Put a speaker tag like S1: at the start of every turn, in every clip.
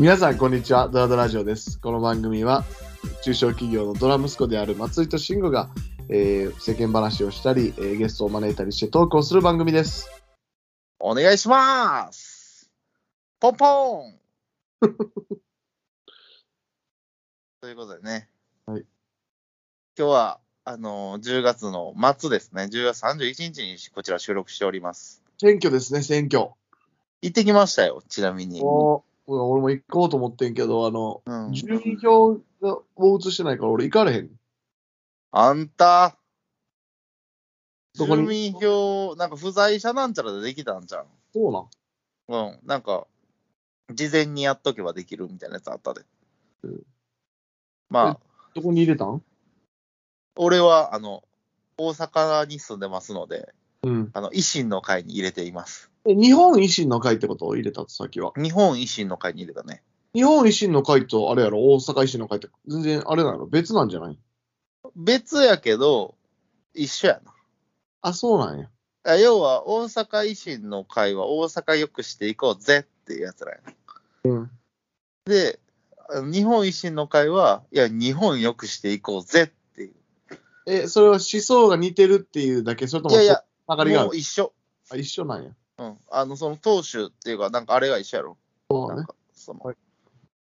S1: 皆さん、こんにちは。ドラドラジオです。この番組は、中小企業のドラ息子である松井と慎吾が、えー世間話をしたり、えーゲストを招いたりしてトークをする番組です。
S2: お願いしますポンポ ンということでね、
S1: はい
S2: 今日はあのー10月の末ですね、10月31日にこちら収録しております。
S1: 選挙ですね、選挙。
S2: 行ってきましたよ、ちなみに。
S1: お俺も行こうと思ってんけど、あの、
S2: うん、
S1: 順位表がを移してないから俺行かれへん。
S2: あんた、
S1: どこ
S2: 住
S1: に
S2: 民票、なんか不在者なんちゃらでできたんじゃん。
S1: そうなん。
S2: うん、なんか、事前にやっとけばできるみたいなやつあったで。
S1: うん
S2: まあ、
S1: どこに入れたん
S2: 俺は、あの、大阪に住んでますので、
S1: うん。
S2: あの、維新の会に入れています。
S1: え、日本維新の会ってことを入れたと、先は。
S2: 日本維新の会に入れたね。
S1: 日本維新の会と、あれやろ、大阪維新の会って、全然あれなの別なんじゃない
S2: 別やけど、一緒や
S1: あ、そうなんや。
S2: な。あ要は、大阪維新の会は大阪よくしていこうぜっていうやつらやな。
S1: うん。
S2: で、あの日本維新の会は、いや、日本よくしていこうぜっていう。
S1: え、それは思想が似てるっていうだけ、それと
S2: い
S1: も、
S2: やいや、
S1: 曲がりがあ
S2: も
S1: る
S2: う。一緒。
S1: あ、一緒なんや。
S2: うん。あの、その党首っていうか、なんかあれが一緒やろ。
S1: そうだ
S2: なん
S1: ね。
S2: かその
S1: はい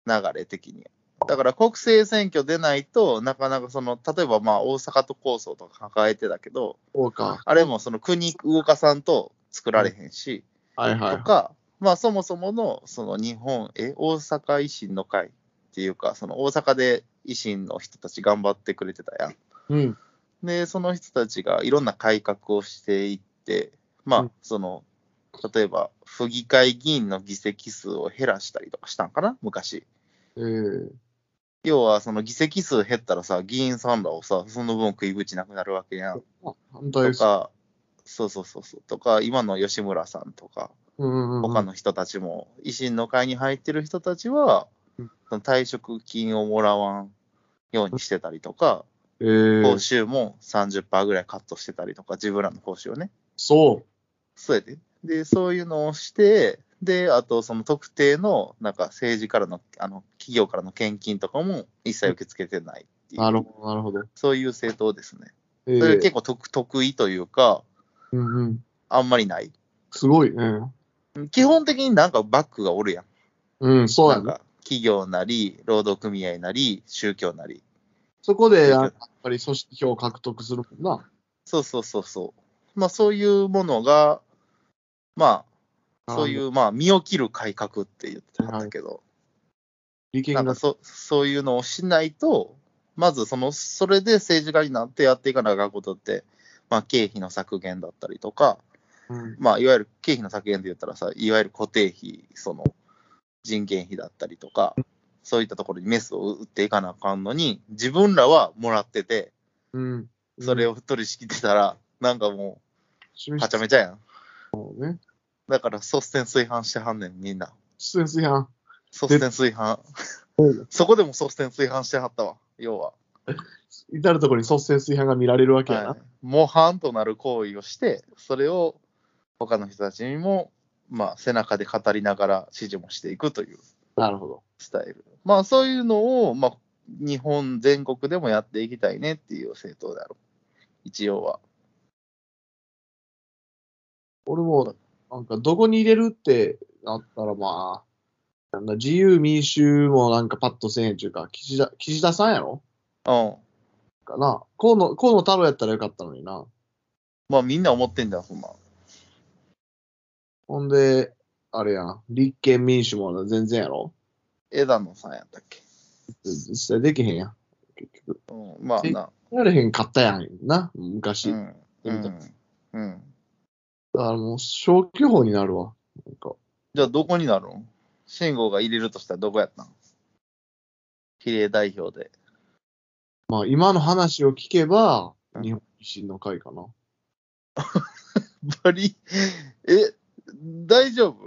S2: 流れ的に。だから国政選挙出ないとなかなかその例えばまあ大阪都構想とか抱えてたけど
S1: そうか。
S2: あれもその国動かさんと作られへんし、
S1: はいはい
S2: と。か、まあ、そもそものその日本え大阪維新の会っていうかその大阪で維新の人たち頑張ってくれてたやん。
S1: うん。
S2: で、その人たちがいろんな改革をしていって、まあ、
S1: うん
S2: その、例えば、府議会議員の議席数を減らしたりとかしたんかな、昔。
S1: えー、
S2: 要は、その議席数減ったらさ、議員さんらをさ、その分食い口なくなるわけやん。
S1: あ反対
S2: と
S1: です。
S2: か、そうそうそうそう。とか、今の吉村さんとか、
S1: うんうんうん
S2: 他の人たちも、維新の会に入ってる人たちは
S1: うん、
S2: その退職金をもらわんようにしてたりとか、
S1: え
S2: 報
S1: ー、
S2: 酬も30%ぐらいカットしてたりとか、自分らの報酬をね。
S1: そ
S2: そうやで。で、そういうのをして、で、あと、その特定の、なんか政治からの、あの、企業からの献金とかも一切受け付けてないっ
S1: う。
S2: ていう、
S1: なるほど、なるほど。
S2: そういう政党ですね。
S1: え
S2: それ
S1: ー
S2: 結構得得意というか、
S1: うんうん、
S2: あんまりない。
S1: すごいね。
S2: 基本的になんかバックがおるやん。
S1: うん、そうや
S2: なん
S1: な。
S2: か企業なり、労働組合なり、宗教なり。
S1: そこで、やっぱり組織票を獲得するもんな。
S2: そうそうそうそう。まあ、そういうものが、まあ、そうい
S1: あの。
S2: う、まあ、身を切る改革って言ってはったけど、
S1: 利
S2: なん
S1: 権
S2: か
S1: が。
S2: そそういうのをしないと、まずそのそれで政治家になってやっていかなあかんことって、まあ、経費の削減だったりとか、
S1: うん
S2: まあ、いわゆる経費の削減で言ったらさ、いわゆる固定費、その人件費だったりとか、そういったところにメスを打っていかなあかんのに、自分らはもらってて、
S1: うん。
S2: それを取り仕切ってたら、なんかもう、
S1: 示
S2: は
S1: し
S2: ちゃめちゃやん。
S1: そうね。
S2: だから、率先炊飯してはんねん、みんな。
S1: 出演すやん。
S2: 率先炊飯。そこでも率先炊飯してはったわ、要は。
S1: 至るところに率先炊飯が見られるわけやな。
S2: はい、模範となる行為をして、それを他の人たちにも、まあ、背中で語りながら指示もしていくという
S1: なるほど。
S2: スタイル。まあ、そういうのを、まあ、日本全国でもやっていきたいねっていう政党だろう。一応は。
S1: 俺も、なんか、どこに入れるってなったら、まあ、なんだ、自由民主もなんかパッとせんやちゅうか、岸田、岸田さんやろ
S2: うん。
S1: かな。河野、河野太郎やったらよかったのにな。
S2: まあ、みんな思ってんだよ、そんなん。
S1: ほんで、あれやん、立憲民主も全然やろ
S2: 枝野さんやったっけ。
S1: 実際できへんやん。結局。
S2: うん。まあ
S1: え
S2: な。
S1: やれへんかったやんな、
S2: う
S1: 昔。
S2: ん。うん。うん。
S1: だからもう、消去法になるわ。なんか、
S2: じゃあ、どこになるん信号が入れるとしたらどこやったん比例代表で。
S1: まあ、今の話を聞けば
S2: う、ん
S1: 日本維新の会かな。
S2: バリ、え、大丈夫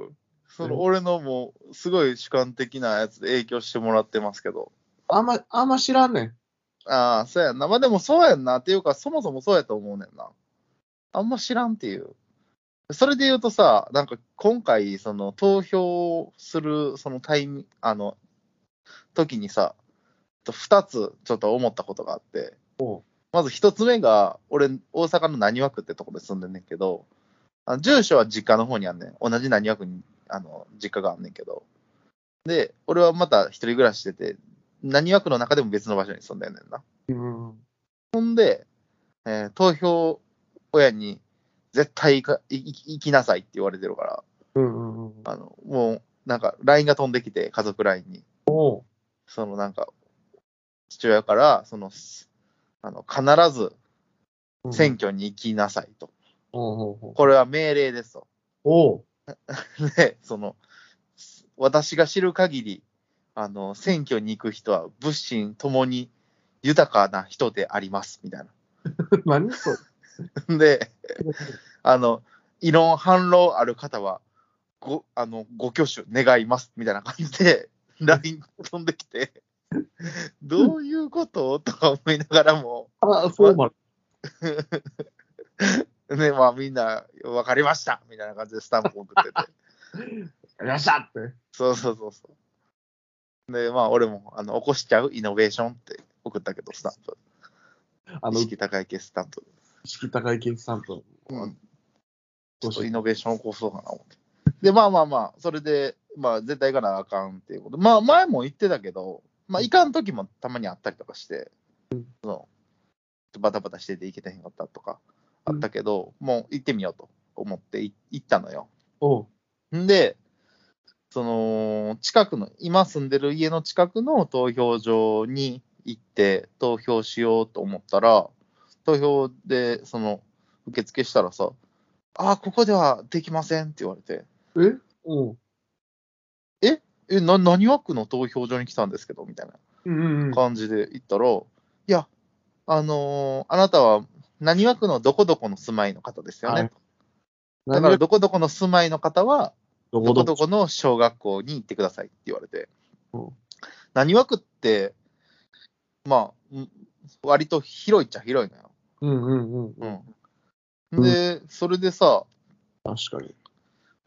S2: そ
S1: え
S2: の俺のもう、すごい主観的なやつで影響してもらってますけど。
S1: あんま、あんま知らんねん。
S2: ああ、そうやんな。まあでもそうやんな。っていうか、そもそもそうやと思うねんな。あんま知らんっていう。それで言うとさ、なんか今回、その投票する、そのタイミあの、時にさ、2つちょっと思ったことがあって、まず1つ目が、俺、大阪の何枠ってところで住んでんねんけど、あの住所は実家の方にあんねん。同じ何枠に、あの、実家があんねんけど。で、俺はまた一人暮らししてて、何枠の中でも別の場所に住んでんねんな。
S1: うん。
S2: ほんで、えー投票親に絶対行か行行きなさいって言われてるから、
S1: うんうんうん。
S2: あのもうなんか LINE が飛んできて、家族 LINE に。
S1: お
S2: そのなんか、父親から、その、すあの必ず
S1: う
S2: 選挙に行きなさいと。
S1: おうおう
S2: これは命令ですと。
S1: おう。
S2: で、その、す私が知る限り、あの、選挙に行く人は物心ともに豊かな人であります、みたい
S1: 何それ。
S2: な。 で、あの、異論、反論ある方は、ご、あの、ご挙手願います、みたいな感じで、LINE 飛んできて、どういうこととか思いながらも、
S1: あ、そうまで。
S2: ね、まあみんな、わかりましたみたいな感じでスタンプ送ってて。
S1: やりましたって。
S2: そうそうそうそう。で、まあ俺も、あの、起こしちゃうイノベーションって送ったけど、スタンプ。
S1: あ
S2: 意
S1: の、意
S2: 識高い系スタンプ。
S1: 識高い金スタンプ。
S2: うんち
S1: どう
S2: ょっ
S1: しよ
S2: と
S1: う
S2: イノベーション起こそうかな思って。で、まあまあまあ、それで、まあ絶対行かなあかんっていうこと。まあ前も言ってたけど、まあ行かん時もたまにあったりとかして、そのバタバタしてて行けてへんかったとかあったけど、もう行ってみようと思ってい行ったのよ。
S1: おうん
S2: で、その近くの、今住んでる家の近くの投票所に行って投票しようと思ったら、投票でその受付したらさ、ああ、ここではできませんって言われて、
S1: えおう
S2: え、な何枠の投票所に来たんですけどみたいな
S1: うんうん。
S2: 感じで行ったら、いや、あのーあなたは何枠のどこどこの住まいの方ですよね。
S1: はい
S2: だから、どこどこの住まいの方は、
S1: ど
S2: ど
S1: こ
S2: こ
S1: ど
S2: ど
S1: こ。
S2: この小学校に行ってくださいって言われて
S1: うん。
S2: 何枠って、まあ、ん割と広いっちゃ広いのよ。
S1: うんうんうん。
S2: うん。で、それでさ、
S1: 確かに。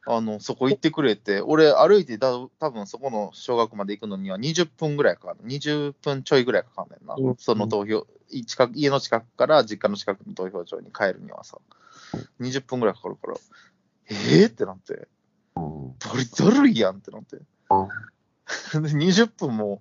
S2: あの、そこ行ってくれて、俺歩いてだ、多分そこの小学校まで行くのには20分ぐらいかかる。20分ちょいぐらいかかんねんな。
S1: うん
S2: その投票、い近く、家の近くから実家の近くの投票所に帰るにはさ、20分ぐらいかかるから、えーってなって、
S1: うん。
S2: どれだるいやんってなって。 で20分も、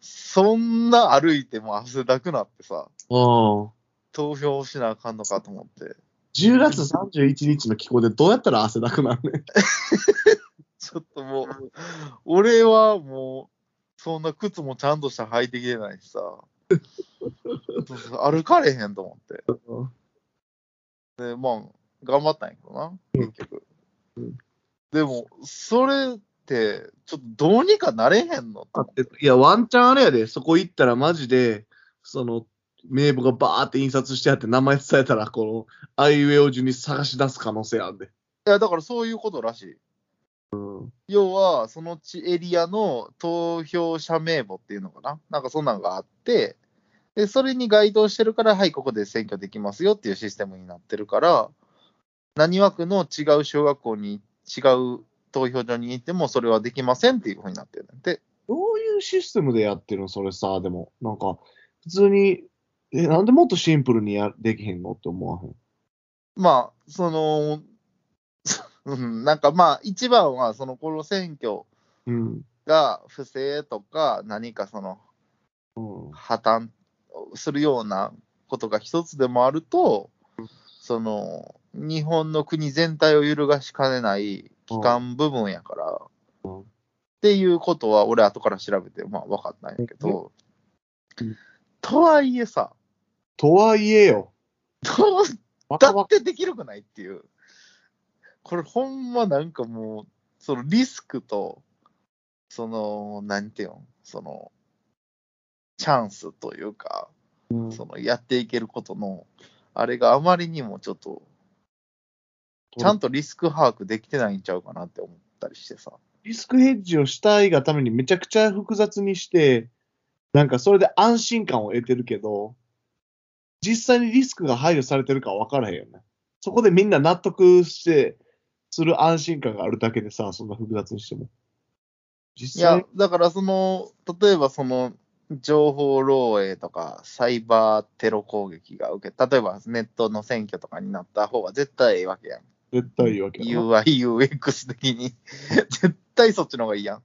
S2: そんな歩いても汗だくなってさ、
S1: うん。
S2: 投票しなあかんのかと思って、
S1: 10月31日の気候でどうやったら汗だくなるねん
S2: ちょっともう、俺はもう、そんな靴もちゃんとした履いてきてないしさ、そうそう歩かれへんと思って。で、まあ、頑張ったんやけどな、結局。
S1: うん
S2: でも、それって、ちょっとどうにかなれへんの
S1: だっていや、ワンチャンあれやで、そこ行ったらマジで、その、名簿がバーって印刷してあって名前伝えたら、この、あいうえお順に探し出す可能性あるで。
S2: いや、だからそういうことらしい。要は、その地エリアの投票者名簿っていうのかななんかそんなのがあって、で、それに該当してるから、はい、ここで選挙できますよっていうシステムになってるから、何枠の違う小学校に、違う投票所に行っても、それはできませんっていうふうになってるねんで、
S1: どういうシステムでやってるのそれさ、でも。なんか、普通に、え、なんでもっとシンプルにやできへんのって思わへん。
S2: まあ、その、 うん、なんかまあ、一番は、その、この選挙
S1: うん。
S2: が不正とか、何かその、
S1: うん。
S2: 破綻するようなことが一つでもあると、その日本の国全体を揺るがしかねない機関部分やから、
S1: うん
S2: っていうことは俺後から調べて、まあ、分かったんやけど、
S1: うん
S2: とはいえさ
S1: とはいえよ。
S2: どう
S1: バ
S2: だ
S1: カ
S2: っ
S1: バ
S2: てできるくないっていうこれほんまなんかもうそのリスクとそのなんていうのそのチャンスという
S1: カ。
S2: か
S1: うん
S2: そのやっていけることの、あれがあまりにもちょっと、ちゃんとリスク把握できてないんちゃうかなって思ったりしてさ。
S1: リスクヘッジをしたいがためにめちゃくちゃ複雑にして、なんかそれで安心感を得てるけど、実際にリスクが配慮されてるかは分からへんよね。そこでみんな納得して、する安心感があるだけでさ、そんな複雑にしても。
S2: い
S1: 実
S2: や
S1: 際、、
S2: だからその、例えばその、情報漏洩とか、サイバーテロ攻撃が受け、例えばネットの選挙とかになった方が絶対ええわけやん。
S1: 絶対いいわけやな。
S2: UI、UX 的に。絶対そっちの方がいいやん。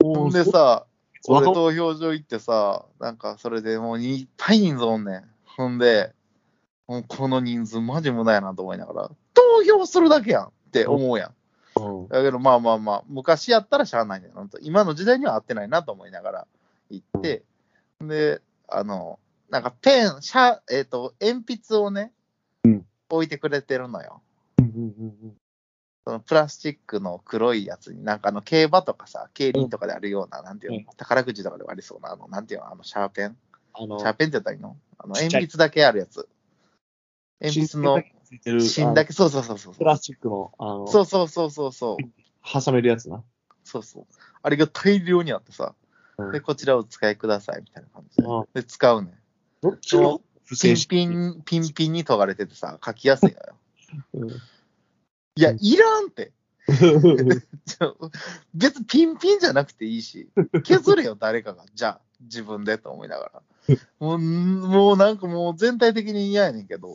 S2: ほ
S1: も
S2: ん
S1: う
S2: でさ、
S1: わ
S2: 俺
S1: か
S2: 投票所行ってさ、なんかそれでもういっぱい人数おんねん。ほんで、もうこの人数マジ無駄やなと思いながら、投票するだけやんって思うやん。
S1: うん
S2: だけどまあまあまあ、昔やったらしゃあないねんなと。今の時代には合ってないなと思いながら行って、で、あの、なんかペン、シャえっ、と、鉛筆をね、
S1: うん
S2: 置いてくれてるのよ。
S1: うんうんうんうん
S2: そのプラスチックの黒いやつに、なんかあの競馬とかさ、競輪とかであるような、なんていうの、
S1: うん
S2: 宝くじとかでありそうな、あの、なんていうの、あの、シャーペン、
S1: あの
S2: シャーペンって言ったらいいのあの、
S1: ちっ
S2: 鉛
S1: ちゃい
S2: 筆だけあるやつ。鉛筆の
S1: ついてる
S2: 芯だけ、そうそうそうそう
S1: あの。プラスチックの、あの、
S2: そうそうそうそうそう。
S1: 挟めるやつな。
S2: そうそう。あれが大量にあってさ、
S1: うん
S2: で、こちらをお使いくださいみたいな感じで。
S1: うん
S2: で、使うねん。
S1: どっちも不
S2: ピ
S1: 正
S2: ン
S1: 式。
S2: ピン、ピンピンに研がれててさ、書きやすいの
S1: う
S2: よ。
S1: ん
S2: いや、いらんって。ちょ別にピンピンじゃなくていいし、削れよ、誰かが。じゃあ、自分でと思いながら。もう、もうなんかもう全体的に嫌やねんけど、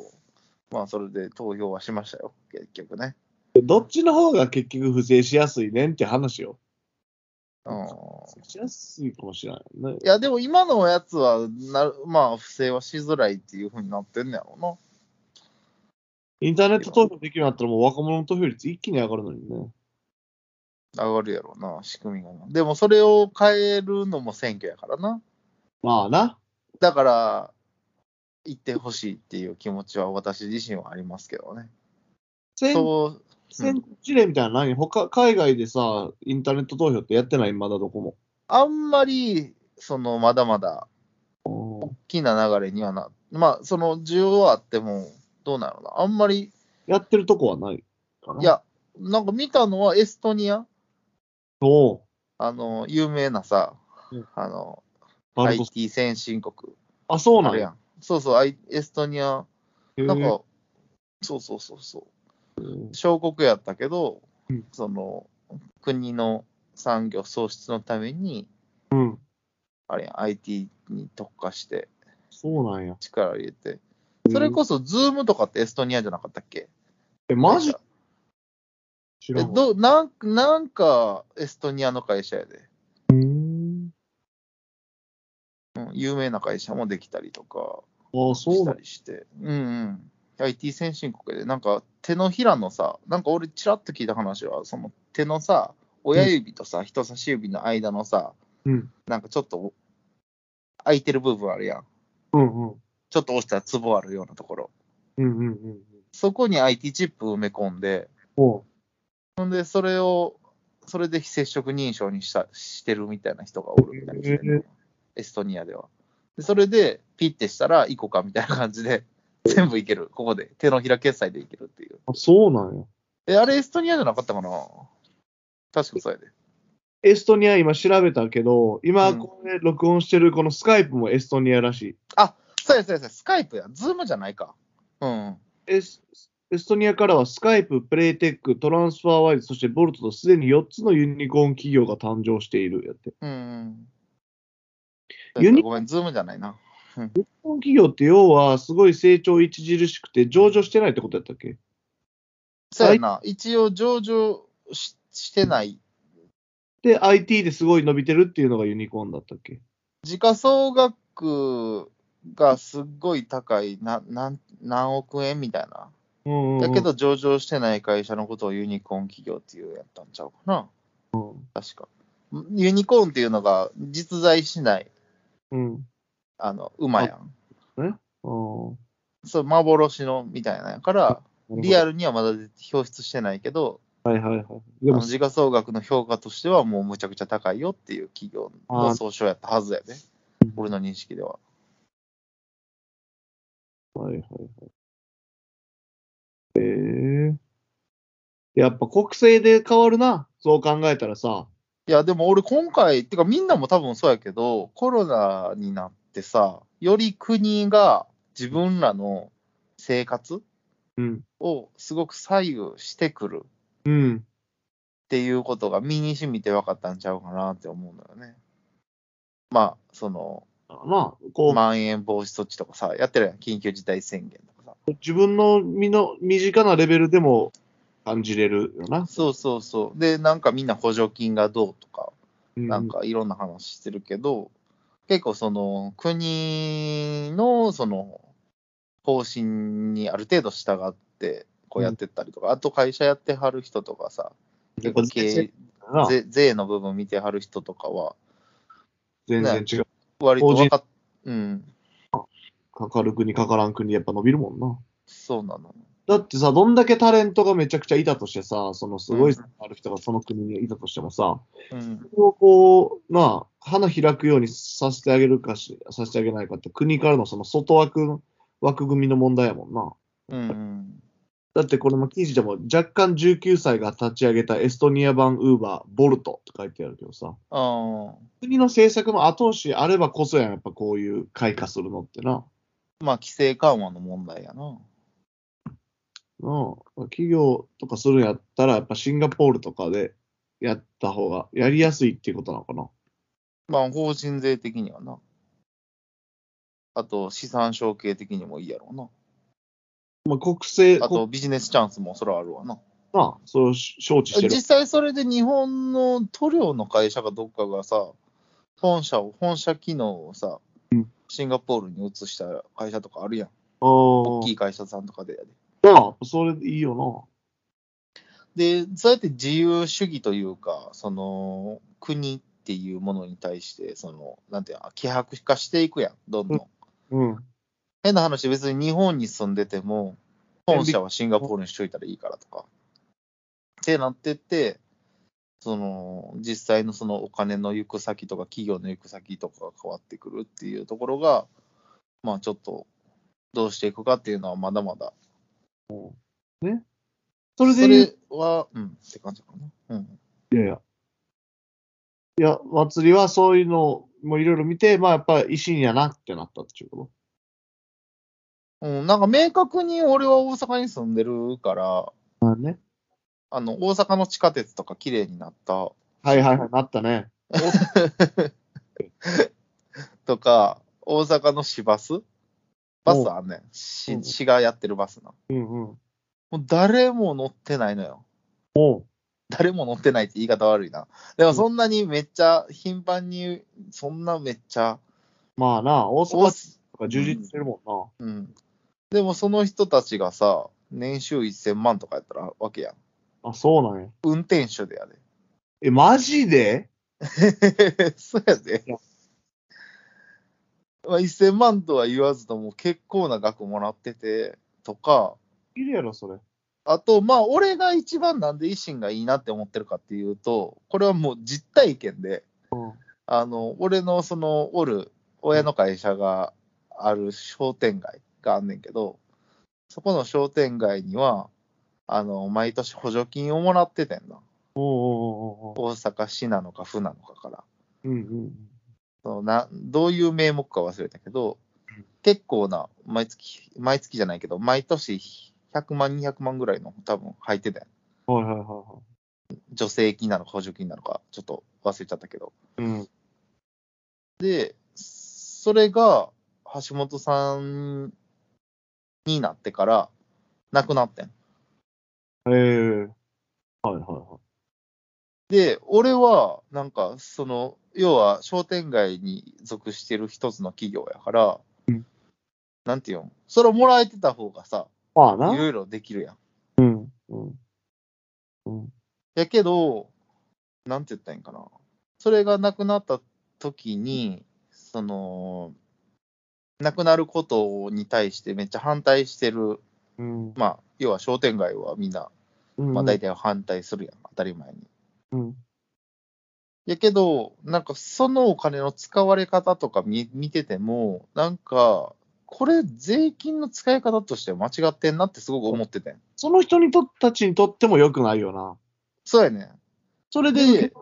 S2: まあ、それで投票はしましたよ、結局ね。
S1: どっちの方が結局不正しやすいねんって話よ。
S2: うん。
S1: 不正しやすいかもしれないね
S2: い。や、でも今のやつはな、まあ、不正はしづらいっていうふうになってんねやろうな。
S1: インターネット投票できるようになったらもう若者の投票率一気に上がるのにね。
S2: 上がるやろうな、仕組みがな。でもそれを変えるのも選挙やからな。
S1: まあな。
S2: だから、行ってほしいっていう気持ちは私自身はありますけどね。
S1: 選
S2: そう、
S1: 選挙事例みたいなのない他、海外でさ、インターネット投票ってやってないまだどこも。
S2: あんまり、その、まだまだ大きな流れにはな、まあ、その、需要はあっても、どうなのな。あんまり、
S1: やってるとこはないかな。
S2: い、や、なんか見たのはエストニア、
S1: そ
S2: あの、有名なさ
S1: うん、
S2: あの、
S1: う。バルトス
S2: IT 先進国。
S1: あ、そう
S2: あ
S1: なん
S2: るや
S1: や。
S2: ん。そうそう、アイエストニア、
S1: な
S2: なんか、そうそうそうそう。
S1: うん
S2: 小国やったけど、
S1: うん
S2: その国の産業創出のために、
S1: うん。
S2: あれやん IT に特化して
S1: そうなんや。
S2: 力を入れて、それこそ Zoom とかってエストニアじゃなかったっけ
S1: え、マジ知
S2: え
S1: らんわ。
S2: どなんなんかエストニアの会社やで、
S1: うーん
S2: うん、有名な会社もできたりとか
S1: あ、そう
S2: し
S1: な
S2: た
S1: ん
S2: りして、うんうん。IT 先進国で、なんか手のひらのさ、なんか俺、ちらっと聞いた話は、その手のさ、親指とさ、人差し指の間のさ、
S1: うん。
S2: なんかちょっと空いてる部分あるやん。
S1: うんうん。
S2: ちょっと押したらツボあるようなところ。
S1: うんうんうんうん。
S2: そこに IT チップ埋め込んで、
S1: おう
S2: ほんで、それを、それで非接触認証にしたしてるみたいな人がおるみたいな、
S1: へえ
S2: エストニアでは。でそれで、ピッてしたら、イコかみたいな感じで、 全部いける。ここで、手のひら決済でいけるっていう。
S1: あ、そうなんや。
S2: え、あれエストニアじゃなかったかな確かそうやで。
S1: エストニア今調べたけど、今
S2: うん
S1: これ録音してるこのスカイプもエストニアらしい。
S2: そうやそうやそうや、スカイプや。ズームじゃないか。うんうん。
S1: エスエストニアからはスカイプ、プレイテック、トランスファーワイズ、そしてボルトとすでに4つのユニコーン企業が誕生しているやって。ユ
S2: うんうん。
S1: ユニ
S2: ごめん、ズームじゃないな。
S1: ニコーン企業って要はすごい成長著しくて上場してないってことやったっけ
S2: そうやな、一応上場ししてない、
S1: で、IT ですごい伸びてるっていうのがユニコーンだったっけ
S2: 時価総額がすっごい高い、ななん何億円みたいな、
S1: うんうんうん
S2: だけ、ど上場してない会社のことをユニコーン企業っていうやったんちゃうかな、
S1: うん
S2: 確か。ユニコーンっていうのが実在しない、
S1: うん
S2: あの馬やん。
S1: うん
S2: そう幻のみたいなんやから、リア
S1: ル。
S2: ルにはまだ表出してないけど、
S1: はいはいはい。
S2: あ
S1: で
S2: の
S1: も、
S2: 時価総額の評価としてはもうむちゃくちゃ高いよっていう企業の総称やったはずやで、俺の認識では。
S1: はいはいはい。ええやっぱ国政で変わるな。そう考えたらさ。
S2: いや、でも俺今回、てかみんなも多分そうやけど、コロナになってさ、より国が自分らの生活
S1: うん。
S2: をすごく左右してくるっ
S1: うん。
S2: ていうことが身に染みて分かったんちゃうかなって思うのよね。まあ、その、
S1: まあ、こう、
S2: まん延防止措置とかさ、やってるやん、緊急事態宣言とかさ。
S1: 自分の身の身近なレベルでも感じれるよな。
S2: そうそうそう。で、なんかみんな補助金がどうとか、
S1: うん
S2: なん。かいろんな話してるけど、結構その国のその方針にある程度従ってこうやってったりとか、あと会社やってはる人とかさ、
S1: やっ
S2: 結
S1: ぱ
S2: 構経
S1: な
S2: 税税の部分見てはる人とかは、
S1: 全然違う。
S2: 割と分かっ、うん、
S1: かかる国、かからん国、やっぱ伸びるもんな。
S2: そうなの。
S1: だってさ、どんだけタレントがめちゃくちゃいたとしてさ、そのすごい
S2: うん
S1: ある人がその国にいたとしてもさ、
S2: うん、
S1: それをこう、まあ、花開くようにさせてあげるかし、させてあげないかって、国からのその外枠、枠組みの問題やもんな。
S2: うん、
S1: だってこれも記事でも、若干19歳が立ち上げたエストニア版ウーバー、ボルトって書いてあるけどさ、
S2: あ
S1: 国の政策の後押しあればこそやん、やっぱこういう開花するのってな。
S2: ーまあ、規制緩和の問題やな。
S1: うん、企業とかするんやったら、やっぱシンガポールとかでやった方がやりやすいっていうことなのかな。
S2: まあ、法人税的にはな。あと、資産承継的にもいいやろうな。
S1: まあ、国政、
S2: あ
S1: 国
S2: とビジネスチャンスもそれはあるわな。
S1: な、それを承知してる
S2: 実。際それで日本の塗料の会社かどっかがさ、本社を、本社機能をさ、シンガポールに移した会社とかあるやん。大
S1: 大
S2: きい
S1: い。
S2: 会社さんとかでや
S1: なあ、それいいよ
S2: で。で、そうやって自由主義というか、その、国っていうものに対して、その、なんていうの、希薄化していくやん、どんどん。
S1: うな。うん。
S2: 変な話、別に日本に住んでても、本社はシンガポールにしといたらいいからとか。ってなってって、その、実際のそのお金の行く先とか、企業の行く先とかが変わってくるっていうところが、まあちょっと、どうしていくかっていうのはまだまだ。
S1: それ
S2: そ
S1: で言う
S2: れは、うん、って感じかな。うん。
S1: いやいや。いや、祭りはそういうのもいろいろ見て、まあやっぱり維新やなってなったっていうこ
S2: うん、なんか明確に俺は大阪に住んでるから、
S1: と。まあね。
S2: あの、大阪の地下鉄とか綺麗になった
S1: はいはいはい、なったね。
S2: とか、大阪の市バスバスあんねん。
S1: う
S2: 市
S1: ん
S2: 市がやってるバスな。
S1: うんうん。
S2: もう誰も乗ってないのよ。
S1: おう。
S2: 誰も乗ってないって言い方悪いな。でもそんなにめっちゃ頻繁に、そんなめっちゃ、
S1: まあな、大
S2: お
S1: 阪とか充実してるもんな。
S2: うん。でもその人たちがさ、年収1000万とかやったらわけやん。
S1: あ、そうなんや。
S2: 運転手でや
S1: え、マジで
S2: で。 そうやで
S1: いや。
S2: まあ、1000万とは言わずとも結構な額もらっててとか、
S1: いるやろ、それ。
S2: あと、まあ、俺が一番なんで維新がいいなって思ってるかっていうと、これはもう実体験で、
S1: うん。
S2: あの、俺のその、おる、親の会社がある商店街があんねんけど、そこの商店街には、あの、毎年補助金をもらっててんな。
S1: おうおうおうおう
S2: 大阪市なのか府なのかから。
S1: うんうん。
S2: そのなどういう名目か忘れたけど
S1: うん、
S2: 結構な、毎月、毎月じゃないけど、毎年100万、200万ぐらいの多分入ってたん
S1: はいはいはいは
S2: 助成金なのか補助金なのか、ちょっと忘れちゃったけど。
S1: い。うん。
S2: で、それが橋本さんになってから、なくなってん。
S1: ええはいはいは
S2: で、俺は、なんか、その、要は商店街に属してる一つの企業やから、
S1: うん
S2: なんていうん、それをもらえてた方がさ、
S1: い。まあ
S2: い
S1: な。
S2: ろいろできるやん。
S1: うん。うん。うん。
S2: やけど、なんて言ったらいいんかな。それがなくなった時に、その、なくなることに対してめっちゃ反対してる、
S1: うん。
S2: まあ、要は商店街はみんな、
S1: うん
S2: まあ大体反対するやん、当たり前に。
S1: うん。
S2: やけど、なんかそのお金の使われ方とか見見てても、なんか、これ税金の使い方として間違ってんなってすごく思っててん。
S1: その人にとたちにとっても良くないよな。
S2: そうやねん。
S1: それ
S2: で
S1: で、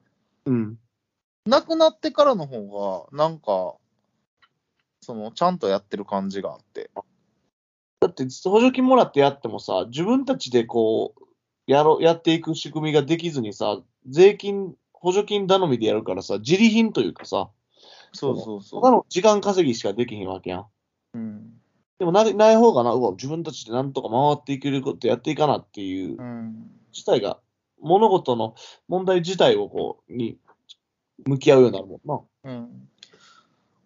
S1: うん。
S2: なくなってからの方が、なんか、その、ちゃんとやってる感じがあって。
S1: だって補助金もらってやってもさ、自分たちでこう、やろ、やっていく仕組みができずにさ、税金、補助金頼みでやるからさ、自利品というかさ、
S2: そうそう
S1: た
S2: そ
S1: だの時間稼ぎしかできひんわけやん。
S2: う。うん。
S1: でもな、ない方がな、うわ、自分たちでなんとか回っていけることやっていかなっていう
S2: うん。
S1: 自体が、物事の問題自体をこう、に向き合うようになるもんな。
S2: うん。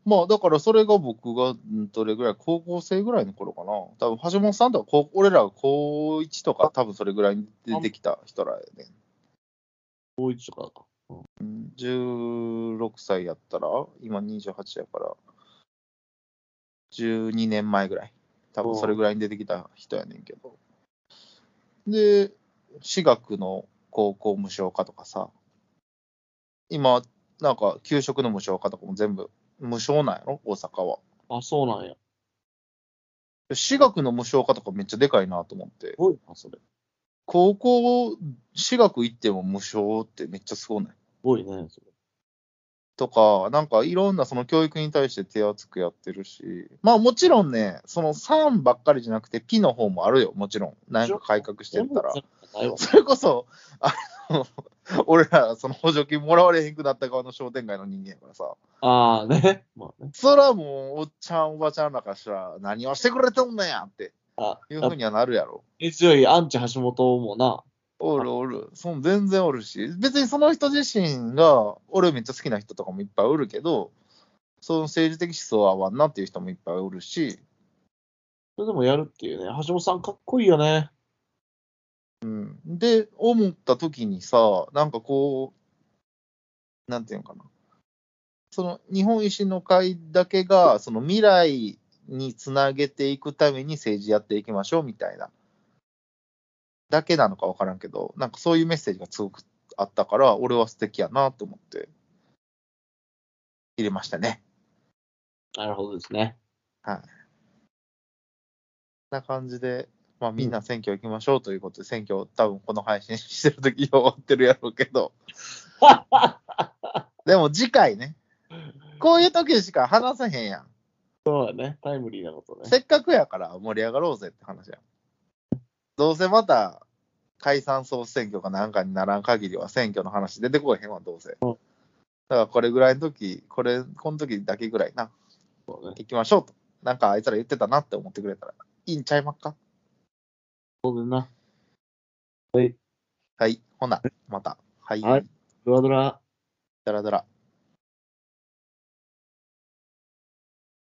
S2: まあ、だからそれが僕がうんどれぐらい、高校生ぐらいの頃かな。多分橋本さんとか高、俺らが高1とか、多分それぐらいに出てきた人らやね。
S1: こういうとか。
S2: うん16歳やったら、今28やから、12年前ぐらい。多分それぐらいに出てきた人やねんけど。で、私学の高校無償化とかさ、今、なんか給食の無償化とかも全部無償なんやろ大阪は。
S1: あ、そうなんや。す
S2: 私学の無償化とかめっちゃでかいなと思って。
S1: ごいな、それ。す
S2: 高校、私学行っても無償ってめっちゃすごない
S1: ごいね、それ。
S2: とか、なんかいろんなその教育に対して手厚くやってるし、まあもちろんね、その3ばっかりじゃなくて、ピの方もあるよ、もちろん。なんか改革してったら。
S1: ないわ
S2: それこそ、あの、 俺ら、その補助金もらわれへんくなった側の商店街の人間やからさ、
S1: ああ、ね。 まあね。
S2: そらもう、おっちゃん、おばちゃんらからしたら、何をしてくれてんねやって
S1: あ、
S2: いうふうにはなるやろ。
S1: 強いアンチ橋本もな。
S2: おるおる、その全然おるし、別にその人自身が、俺めっちゃ好きな人とかもいっぱいおるけど、その政治的思想は合わんなっていう人もいっぱいおるし、
S1: それでもやるっていうね。橋本さんかっこいいよね。
S2: うん、で、思った時にさ、なんかこう、なんていうのかな、その日本維新の会だけが、その未来につなげていくために政治やっていきましょうみたいな、だけなのか分からんけど、なんかそういうメッセージがすごくあったから、俺は素敵やなと思って、入れましたね。
S1: なるほどですね。
S2: こんな感じで、まあみんな選挙行きましょうということで、選挙多分この配信してる時終わってるやろうけ ど。でも次回 ね、こういう時しか話せへんやん。
S1: そうだね。タイムリーなことね。
S2: せっかくやから盛り上がろうぜって話やん。どうせまた解散総選挙かなんかにならん限りは選挙の話出てこえへんわ、どうせ。だからこれぐらいの時、これ、この時だけぐらいな、
S1: そうね。
S2: 行きましょうと。なんかあいつら言ってたなって思ってくれたら、いいんちゃいまっか
S1: 当然な。
S2: はい、ほな、また。はい、
S1: はいドラドラ。
S2: だらだら。